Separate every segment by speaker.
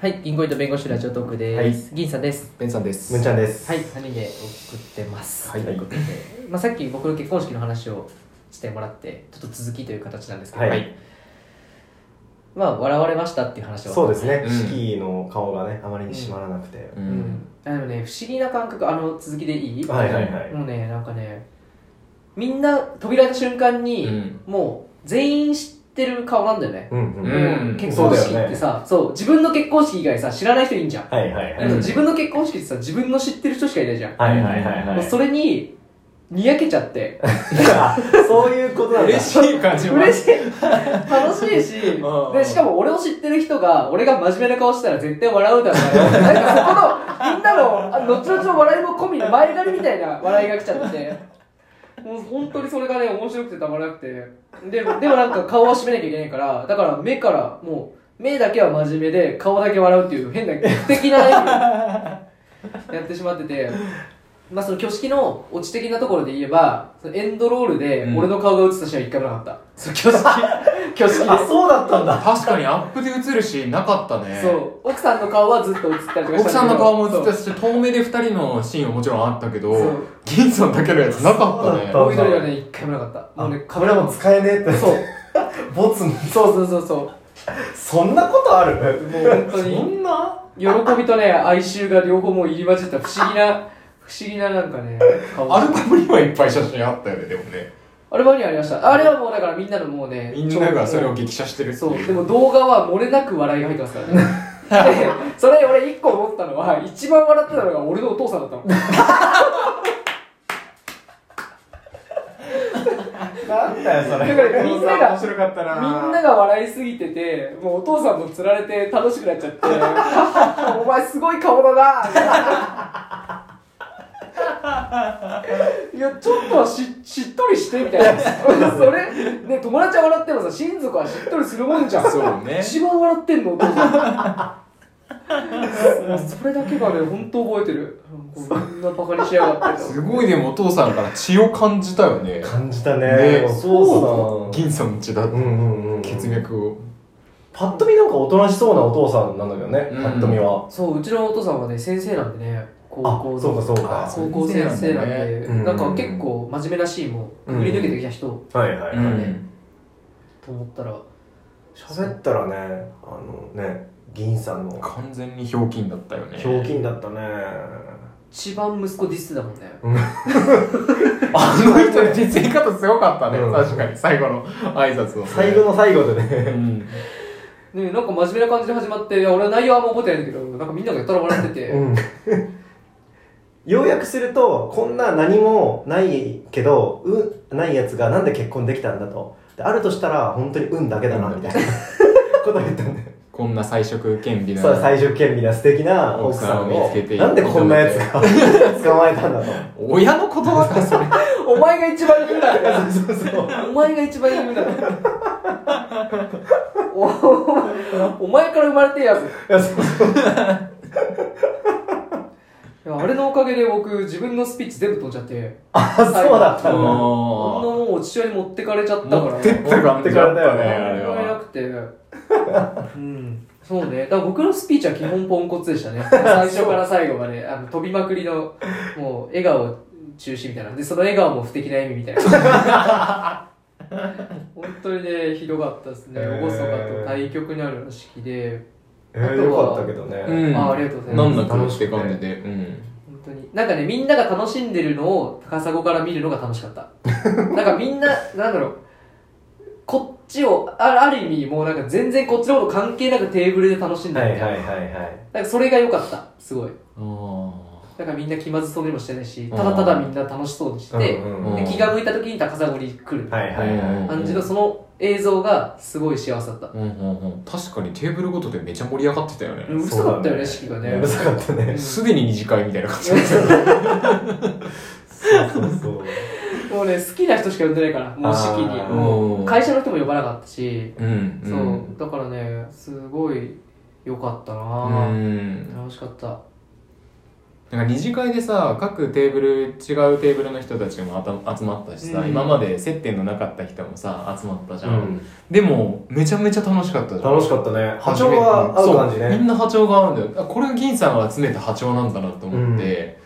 Speaker 1: はい、銀行員と弁護士ラジオトークです。銀さんです。
Speaker 2: ベンさんです。
Speaker 3: むんちゃんです。
Speaker 1: はい、アニメ送ってます。
Speaker 2: はい
Speaker 1: ということで、まあ、さっき僕の結婚式の話をしてもらって、ちょっと続きという形なんですけど、
Speaker 3: はい。
Speaker 1: まあ、笑われましたっていう話は。
Speaker 3: そうですね。
Speaker 2: うん
Speaker 3: 式の顔がね、あまりに締まらなくて。
Speaker 2: う
Speaker 1: うんん。あのね、不思議な感覚、あの続きでいい
Speaker 3: はいはいはい。
Speaker 1: もうね、なんかね、みんな扉開いた瞬間に、
Speaker 2: うん
Speaker 1: もう全員知ってる顔なんだよね。
Speaker 3: うんう
Speaker 2: うん
Speaker 3: ん。
Speaker 1: もう結婚式ってさ、そう自分の結婚式以外さ、知らない人いんじゃん。
Speaker 3: はいはいは
Speaker 1: だけ
Speaker 3: い。
Speaker 1: ど
Speaker 2: うん
Speaker 1: 自分の結婚式ってさ、自分の知ってる人しかいないじゃん。
Speaker 3: はいはいはいは
Speaker 1: も。
Speaker 3: いう
Speaker 1: それに、にやけちゃって、
Speaker 3: あ そういうことなんだ。
Speaker 2: 嬉しい感じもある
Speaker 1: 嬉しい、楽しいし、
Speaker 2: うん
Speaker 1: で、しかも俺を知ってる人が、俺が真面目な顔したら絶対笑うだろうな。なんかそこの、みんなの、あ後々笑いも込み、前借りみたいな笑いが来ちゃって。もう本当にそれがね、面白くてたまらなくて。で、でもなんか顔は締めなきゃいけないから、だから目から、もう、目だけは真面目で、顔だけ笑うっていう変な、不敵な 演技をやってしまってて。まあその挙式のオチ的なところで言えば、そのエンドロールで俺の顔が映ったシーンは一回もなかった。その挙式、 挙式で
Speaker 3: あ、。そうだったんだ。
Speaker 2: 確かにアップで映るシーンなかったね。
Speaker 1: そう奥さんの顔はずっと映ったりとかしたんだけど
Speaker 2: 奥さんの顔も映った
Speaker 1: し
Speaker 2: し、遠目で二人のシーンはもちろんあったけど
Speaker 1: そう、
Speaker 2: 銀さんだけのやつなかったね。
Speaker 1: もう一人はね一回もなかったもうね
Speaker 3: カメラも使えねえって。
Speaker 1: そう。
Speaker 3: ボツ。
Speaker 1: そうそうそうそう
Speaker 3: そんなことある
Speaker 1: もう本当に
Speaker 2: んな
Speaker 1: 喜びとね哀愁が両方もう入り混じった不思議な不思議ななんかね顔
Speaker 2: アルバムにはいっぱい写真あったよね、でもね。
Speaker 1: アルバムにはありましたあれはもうだからみんなのもうね
Speaker 2: みんながそれを
Speaker 1: も
Speaker 2: 激写してる
Speaker 1: う
Speaker 2: って
Speaker 1: そう
Speaker 2: い
Speaker 1: で
Speaker 2: う。
Speaker 1: も動画は漏れなく笑いが入ってますからねで それ俺一個思ったのは一番笑ってたのが俺のお父さんだったの
Speaker 3: なんだよ、そ
Speaker 1: だからみんなが
Speaker 3: 面白かったな。
Speaker 1: みんなが笑いすぎてて、もうお父さんもつられて楽しくなっちゃって、 お前すごい顔だないや、ちょっとはししっとりしてみたいな。それ、ね、友達は笑ってもさ、親族はしっとりするもんじゃん。
Speaker 2: そうね
Speaker 1: 一番笑ってんの、お父さん。 それだけがね、ほんと覚えてる。こんなバカにしやがってと。
Speaker 2: すごいでもお父さんから血を感じたよね。
Speaker 3: 感じた
Speaker 2: ね
Speaker 3: ね。
Speaker 2: そ
Speaker 3: そうだ
Speaker 2: 銀さんの血だ。
Speaker 3: な。うんうんうん。
Speaker 2: 血脈を。
Speaker 3: パッと見なんかおとなしそうなお父さんなんだけどね、
Speaker 2: うん
Speaker 3: パッと見は。
Speaker 1: そう、うちのお父さんはね、先生なんでね、高
Speaker 3: あ
Speaker 1: 校、の
Speaker 3: そうかそう
Speaker 2: あ
Speaker 3: か。
Speaker 1: 高校先生なんで、
Speaker 3: うん
Speaker 1: なんか結構真面目なシーンもくぐり抜けてきた人と
Speaker 3: はいはいはい。
Speaker 1: 思ったら、
Speaker 3: 喋ったらね、あのね、銀さんの
Speaker 2: 完全にひょうきんだったよね。
Speaker 3: ひょうきんだったね。
Speaker 1: 一番息子ディスってたもんね。
Speaker 2: あの人の実演方すごかったね、
Speaker 3: うん
Speaker 2: 確かに最後の挨拶を、
Speaker 3: 最後の最後で
Speaker 2: う
Speaker 3: ね。
Speaker 2: ん
Speaker 1: ね、なんか真面目な感じで始まって、いや俺は内容はあんま覚えてないんだけど、なんかみんながやったら笑ってて、
Speaker 3: うん。要約すると、こんな何もないけど、う、ないやつがなんで結婚できたんだと。であるとしたら、本当に運だけだな、みたいなことを言ったんだよ。
Speaker 2: こんな菜食権利な
Speaker 3: そう、最終権利な素敵な奥さ
Speaker 2: 奥さん
Speaker 3: ん
Speaker 2: を見
Speaker 3: を
Speaker 2: つけて、
Speaker 3: なんでこんなやつが捕まえたんだと。
Speaker 2: 親のことだからそれ
Speaker 1: お前が一番言うなって感
Speaker 3: そうそう。
Speaker 1: じ。お前が一番言うなって。 おお前から生まれてるやつ。
Speaker 3: いやそうそう
Speaker 1: いやあれのおかげで僕、自分のスピーチ全部飛んじゃって、
Speaker 3: あ、そうだったんだ。
Speaker 1: あんな
Speaker 2: 持
Speaker 1: もん父親に持ってかれちゃったから。
Speaker 2: ってった感じだったねあれ
Speaker 1: 言われな
Speaker 2: は
Speaker 1: くてうんそうねだから僕のスピーチは基本ポンコツでしたね最初から最後まであの飛びまくりのもう笑顔中心みたいなでその笑顔も不敵な笑みみたいな本当にねひどかったですね
Speaker 3: へー
Speaker 1: 厳かと対極にある式で
Speaker 3: えー、よかったけどね。
Speaker 2: うん
Speaker 1: あありがとうござい
Speaker 2: な
Speaker 1: ます
Speaker 2: んなくって感じで、うん、
Speaker 1: 本当になんかねみんなが楽しんでるのを高砂から見るのが楽しかったなんかみんななんだろうこっちをあある意味もうなんか全然こっちのこと関係なくテーブルで楽しんで
Speaker 3: は
Speaker 1: るみ
Speaker 3: い
Speaker 1: た
Speaker 3: はいい
Speaker 1: な,、
Speaker 3: はいはい。
Speaker 1: なんかそれが良かったすごい
Speaker 2: あ
Speaker 1: なんかみんな気まずそうにもしてないし
Speaker 2: ん
Speaker 1: ただただみんな楽しそうにして、
Speaker 3: うんうん
Speaker 2: う
Speaker 1: で
Speaker 2: ん
Speaker 1: 気が向いた時に高砂に来る
Speaker 3: はいはいはい。
Speaker 1: 感じのその映像がすごい幸せだ った、
Speaker 2: あ、うんうんうん、確かにテーブルごとでめちゃ盛り上がってたよね
Speaker 1: うるさかったよね式がね
Speaker 3: うるさかったね。
Speaker 2: すで、に二次会みたいな感じ
Speaker 3: そうそうそう。
Speaker 1: もうね好きな人しか呼んでないからもう式に
Speaker 3: あー
Speaker 1: も
Speaker 2: う
Speaker 1: うん会社の人も呼ばなかったし
Speaker 2: うん
Speaker 1: そう、
Speaker 2: ん
Speaker 1: だからねすごい良かったな、
Speaker 2: うん
Speaker 1: 楽しかった
Speaker 2: なんか二次会でさ各テーブル違うテーブルの人たちもあた集まったしさ、
Speaker 1: うん
Speaker 2: 今まで接点のなかった人もさ集まったじゃ、
Speaker 3: うんん、
Speaker 2: でもめちゃめちゃ楽しかったじゃん
Speaker 3: 楽しかったね波
Speaker 2: 初
Speaker 3: 長
Speaker 2: めて
Speaker 3: が合う感じ
Speaker 2: そみ
Speaker 3: ね
Speaker 2: んな波長が合うんだよあこれが銀さんが集めた波長なんだなと思って、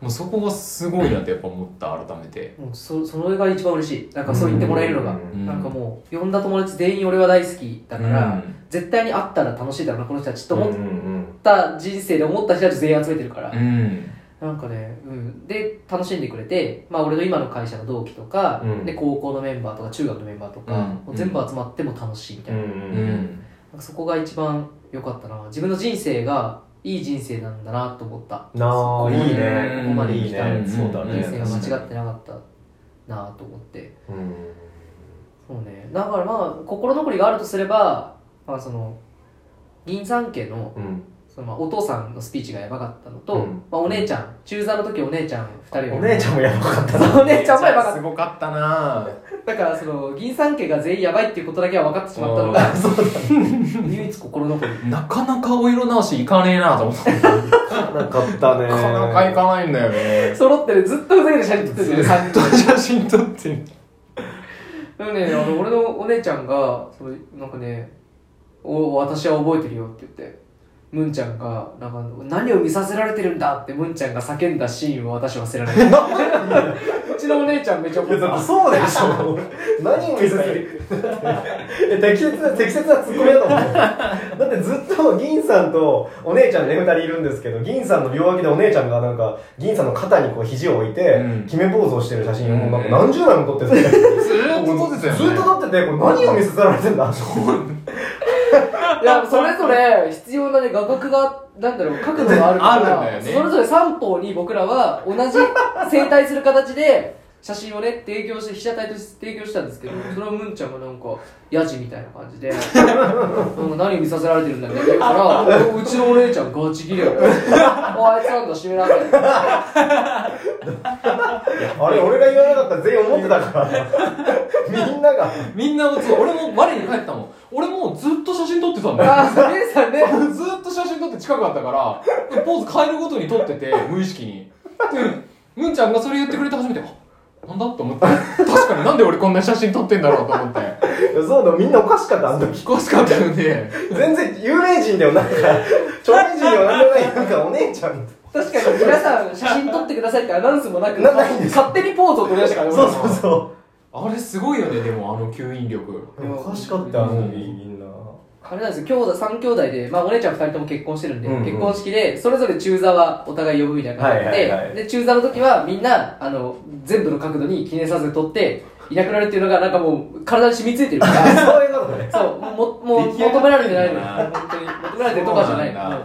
Speaker 2: もうそこがすごいなってやっぱ思った改めて、
Speaker 1: もうそそれが一番嬉しいなんかそう言ってもらえるのが、
Speaker 3: うん
Speaker 1: なんかもう呼んだ友達全員俺は大好きだから、
Speaker 2: うん
Speaker 1: 絶対に会ったら楽しいだろうなこの人たちと思
Speaker 3: う
Speaker 1: っ
Speaker 3: んうん
Speaker 1: た人生で思った人たち全員集めてるから、
Speaker 2: うん
Speaker 1: なんかね、うん、で楽しんでくれて、まあ、俺の今の会社の同期とか、
Speaker 3: うん
Speaker 1: で高校のメンバーとか中学のメンバーとか、
Speaker 2: うん
Speaker 1: もう全部集まっても楽しいみた
Speaker 3: う
Speaker 1: い
Speaker 3: ん
Speaker 1: な,、
Speaker 2: う
Speaker 3: うん
Speaker 2: ん
Speaker 1: なんかそこが一番良かったな自分の人生がいい人生なんだなと思った
Speaker 3: なあ
Speaker 1: うん
Speaker 3: いいね
Speaker 1: ここまで
Speaker 3: いい
Speaker 1: 来た
Speaker 3: ねそうだ
Speaker 1: 人生
Speaker 3: ね
Speaker 1: が間違ってなかったなと思って
Speaker 3: うん
Speaker 1: そうねだからまあ心残りがあるとすれば、まあ、その銀山家の
Speaker 3: うん
Speaker 1: そのまあお父さんのスピーチがやばかったのと、
Speaker 3: うん
Speaker 1: まあ、お姉ちゃん中座の時お姉ちゃん2人を
Speaker 3: お姉ちゃんもやばかった
Speaker 1: そうお姉ちゃんもやばかっ
Speaker 2: すごかったな
Speaker 1: ただからその銀山家が全員やばいっていうことだけは分かってしまったのが唯一心残り
Speaker 2: なかなかお色直しいかねえなと思ったな
Speaker 3: なかったね
Speaker 2: かなかいかないんだよ ね
Speaker 1: 揃ってるずっとふざけて写真撮ってるよね3人
Speaker 2: と写真撮って
Speaker 1: でもね、あの俺のお姉ちゃんが、そのなんかね、お私は覚えてるよって言って、ムンちゃんが、なんか何を見させられてるんだってムンちゃんが叫んだシーンを私は忘れられない。うちのお姉ちゃんめっちゃ怒って
Speaker 3: いやだって
Speaker 1: た。
Speaker 3: そうでしょ 何を見せてる え適切な適切なツッコミだと思うだってずっと銀さんとお姉ちゃんね2人いるんですけど銀さんの両脇でお姉ちゃんがなんか銀さんの肩にこう肘を置いて、
Speaker 2: うん
Speaker 3: 決めポーズをしてる写真を
Speaker 2: うん
Speaker 3: なんか何十枚も撮ってて、
Speaker 2: ずーっと撮ってたよね
Speaker 3: ずっと撮っててこれ何を見せられてん だ
Speaker 1: いや、それぞれ必要なね、画角が、なんだろう、角度がある か
Speaker 2: あるんだ
Speaker 1: ら、
Speaker 2: よね
Speaker 1: それぞれ三方に僕らは同じ整体する形で、写真をね、提供して、被写体として提供したんですけど、それをムンちゃんがなんか、ヤジみたいな感じで、なんか何見させられてるんだみたいな言うから、うちのお姉ちゃんガチギレよ。おあいつなんだ、締めなさい。
Speaker 3: あれ俺が言わなかったら全員思ってたからみんなが
Speaker 2: みんなそう俺も我に返ったもん俺もうずっと写真撮ってたんだよ
Speaker 1: あー、姉さんね。
Speaker 2: ずーっと写真撮って近くあったからポーズ変えるごとに撮ってて無意識にでむんちゃんがそれ言ってくれて初めてあなんだと思って確かになんで俺こんな写真撮ってんだろうと思って
Speaker 3: そうだみんなおかしかったあの時
Speaker 2: 聞こえしかったよね
Speaker 3: 全然有名人でもなんか著名人でもなんでもないなんかお姉ちゃん
Speaker 1: 確かに皆さん、写真撮ってくださいってアナウンスもなく、
Speaker 3: なないです
Speaker 1: 勝手にポーズを取り出したから、俺ら
Speaker 3: そうそうそう
Speaker 2: あれすごいよねでもあの吸引力
Speaker 1: いや
Speaker 3: おかしかったよ、
Speaker 2: うん
Speaker 3: みんな。
Speaker 1: あれなんですよ、兄弟、三兄弟で、まあお姉ちゃん二人とも結婚してるんで、
Speaker 3: うんうん
Speaker 1: 結婚式で、それぞれ中座はお互い呼ぶみたいな感じで、
Speaker 3: はいはいはい
Speaker 1: で、中座の時はみんな、あの、全部の角度に記念さず撮って、いなくなるっていうのが、なんかもう、体に染みついてるから、
Speaker 3: そういうことね。
Speaker 1: そう、もう、もう、
Speaker 2: 出来上が
Speaker 1: 求められてないの
Speaker 2: ってん
Speaker 1: よ。本当に。求められてるとかじゃない。
Speaker 2: そうなんだ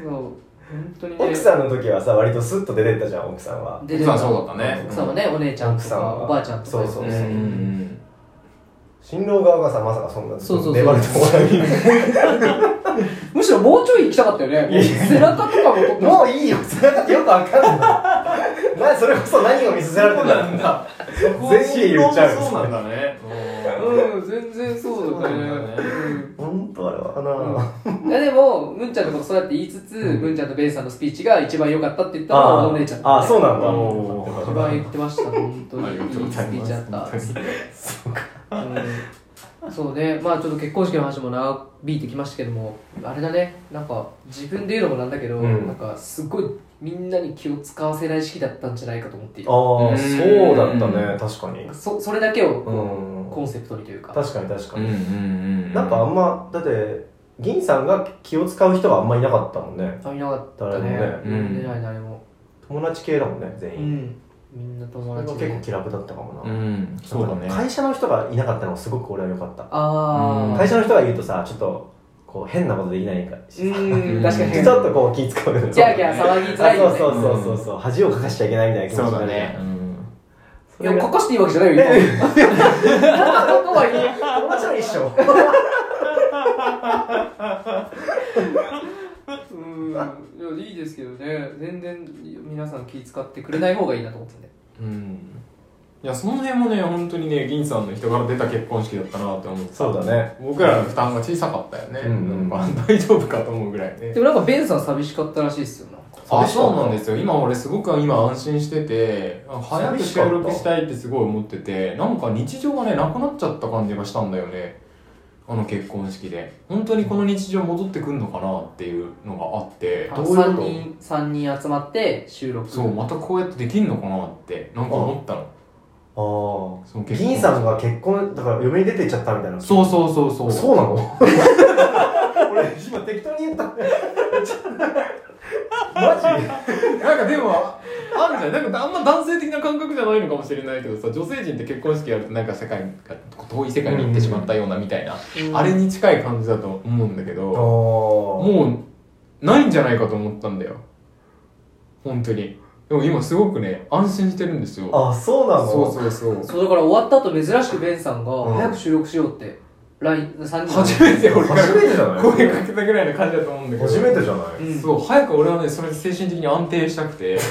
Speaker 1: うんそう、本当にね。
Speaker 3: 奥さんの時はさ、割とスッと出てったじゃん、奥さんは。
Speaker 1: で
Speaker 2: 奥さんはそうだったね
Speaker 1: 奥さんはね、お姉ちゃん
Speaker 3: 奥
Speaker 1: と
Speaker 3: さん
Speaker 1: か、
Speaker 3: は
Speaker 1: おばあちゃんとか。
Speaker 3: そうそう
Speaker 2: うんうん
Speaker 3: 新郎側がさ、まさかそんな、
Speaker 1: そうそうそう
Speaker 3: 粘ると思わない。
Speaker 1: むしろもうちょい行きたかったよね。もう背中とかも撮って
Speaker 3: もういいよ、それだ ってよくわかんない。な、それこそ何を見せられてたんだ。
Speaker 2: だ全
Speaker 3: こは信用もそうなん
Speaker 2: だね
Speaker 1: うん、全然そうだったね。
Speaker 2: そうなんだね
Speaker 1: うん
Speaker 3: ほんとあれは
Speaker 1: いやでも、むんちゃんのことそうやって言いつつ、
Speaker 3: うん
Speaker 1: むんちゃんとベイさんのスピーチが一番良かったって言った
Speaker 3: な
Speaker 1: のはお姉ちゃんだ
Speaker 3: あ
Speaker 1: ね、
Speaker 3: あ、そうなんだ。
Speaker 2: おー
Speaker 1: 一番言ってました、本当に。
Speaker 2: あり
Speaker 1: い
Speaker 2: が
Speaker 1: い
Speaker 2: とうご
Speaker 1: ス
Speaker 2: ざい
Speaker 1: ピ
Speaker 2: ま
Speaker 1: ーチ
Speaker 2: す
Speaker 1: だった。
Speaker 2: 本当に
Speaker 1: うんそうね、まあちょっと結婚式の話も長引いてきましたけども、あれだね、なんか自分で言うのもなんだけど、
Speaker 3: うん
Speaker 1: なんかすごいみんなに気を使わせない式だったんじゃないかと思っている。
Speaker 3: あ
Speaker 2: う
Speaker 3: あ、
Speaker 2: ん
Speaker 3: そうだったね、確かに。
Speaker 1: そそれだけをコ
Speaker 3: う
Speaker 1: ン
Speaker 3: ん。
Speaker 1: セプトにというか。
Speaker 3: 確かに確か
Speaker 2: うんう
Speaker 3: に。
Speaker 2: んうん
Speaker 3: なんかあんま、だって、銀さんが気を使う人はあんまいなかったもんね。
Speaker 1: あ、いなかったね。
Speaker 3: 誰も
Speaker 2: ねうん
Speaker 1: 出ない誰も。
Speaker 3: 友達系だもんね、全
Speaker 1: う
Speaker 3: 員。
Speaker 1: ん。みんな
Speaker 3: そ
Speaker 1: 友
Speaker 3: れが
Speaker 1: 達
Speaker 3: 結構気楽だったかもな。
Speaker 2: うんそうだね
Speaker 3: 会社の人がいなかったのがすごく俺は良かった、
Speaker 1: ああ。
Speaker 3: 会社の人が言うとさちょっとこう変なことできないから
Speaker 1: う
Speaker 3: し、
Speaker 1: ーん、確かに。
Speaker 3: ちょっとこう気使う
Speaker 1: ギャーギャー騒ぎづらいよ
Speaker 3: あ
Speaker 1: ね。
Speaker 3: そうそうそうそうそう恥をかかしちゃいけないみたいな気持ち
Speaker 2: そうだ
Speaker 3: になる
Speaker 2: ね
Speaker 3: そ
Speaker 1: い
Speaker 3: れ
Speaker 1: や、
Speaker 3: が
Speaker 1: ここしていいわけじゃないよ、今。ここはいい。
Speaker 3: 友達は一緒
Speaker 1: うーん、いや、いいですけどね。全然皆さん気使ってくれない方がいいなと思ってね。
Speaker 2: うんいやその辺もね本当にね銀さんの人から出た結婚式だったなって思って
Speaker 3: そうだね
Speaker 2: 僕らの負担が小さかったよね、
Speaker 3: うんうん
Speaker 2: なんか大丈夫かと思うぐらいね
Speaker 1: でもなんか、ベンさん寂しかったらしいですよ、なんか。
Speaker 2: あそうなんですよ今俺すごく今安心してて早く収録したいってすごい思っててなんか日常がねなくなっちゃった感じがしたんだよねあの結婚式で本当にこの日常戻ってくんのかなっていうのがあってどういう
Speaker 1: 3
Speaker 2: と
Speaker 1: 人三人集まって収録
Speaker 2: そうまたこうやってできんのかなってなんか思ったの
Speaker 3: あ
Speaker 2: その
Speaker 3: あ
Speaker 2: 結婚
Speaker 3: 銀さんが結婚だから嫁に出てっちゃったみたいな
Speaker 2: そうそうそうそう
Speaker 3: そうなの 俺今適当に言った マジ
Speaker 2: なんかでも、あるじゃん。なんかあんま男性的な感覚じゃないのかもしれないけどさ、女性人って結婚式やるとなんか世界が、遠い世界に行ってしまったようなみたいな、
Speaker 1: うん
Speaker 2: あれに近い感じだと思うんだけど、
Speaker 3: も
Speaker 2: もう、ないんじゃないかと思ったんだよ。本当に。でも今すごくね、安心してるんですよ。
Speaker 3: あそうなの
Speaker 2: そうそうそう。
Speaker 1: そうだから終わった後珍しくベンさんが
Speaker 3: うん
Speaker 1: 早く収録しようって、ライン3人
Speaker 2: 初めて俺が
Speaker 3: 初めてじゃない
Speaker 2: 声かけたぐらいの感じだと思うんだけど。
Speaker 3: 初めてじゃない、
Speaker 1: うん
Speaker 2: そう、早く俺はね、それ精神的に安定したくて、
Speaker 3: 支え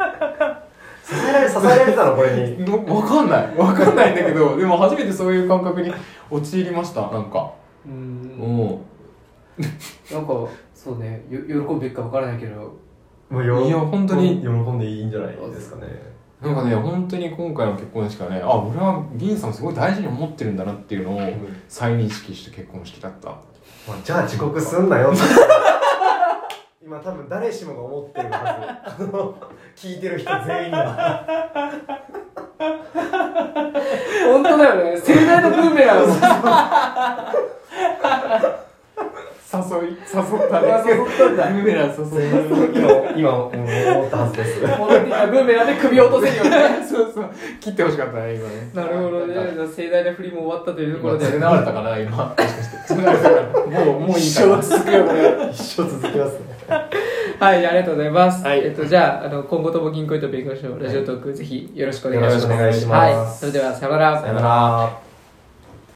Speaker 3: られ支えられたのこれに
Speaker 2: のわかんない。わかんないんだけど、でも初めてそういう感覚に陥りました、なんか。
Speaker 1: うーん
Speaker 2: お
Speaker 1: なんかそうねよ喜ぶべきかわからないけど
Speaker 3: もう
Speaker 2: いや本当に
Speaker 3: 喜んでいいんじゃないですかね
Speaker 2: なんかね本当に今回の結婚式はねあ俺は銀さんをすごい大事に思ってるんだなっていうのを再認識して結婚式だった
Speaker 3: まあじゃあ遅刻すんなよ 今多分誰しもが思ってるはずあの聞いてる人全員が
Speaker 1: 本当だよね盛大なブーメランを
Speaker 2: 誘い誘った
Speaker 1: ね
Speaker 2: 誘ったんだブーメラン誘いま
Speaker 3: 今今もう思ったはずです
Speaker 1: 戻ってきたブーメランで首を落とせるよね
Speaker 2: す そうそう切ってほしかったね今ね
Speaker 1: なるほどねじゃあ盛大な振りも終わったというとこ
Speaker 2: 今
Speaker 1: ろ
Speaker 2: 連
Speaker 1: で
Speaker 2: れながれたかな今もしかして連れながれたかな もうもういいかな
Speaker 3: 続くよこれ一生続きますね
Speaker 1: はいありがとうございます、
Speaker 2: はい
Speaker 1: えっとじゃああの今後とも銀行と勉強しようラジオトーク、ぜひよろしくお願いします
Speaker 3: よろしくお願いします
Speaker 1: はい、それではさよなら
Speaker 3: さよなら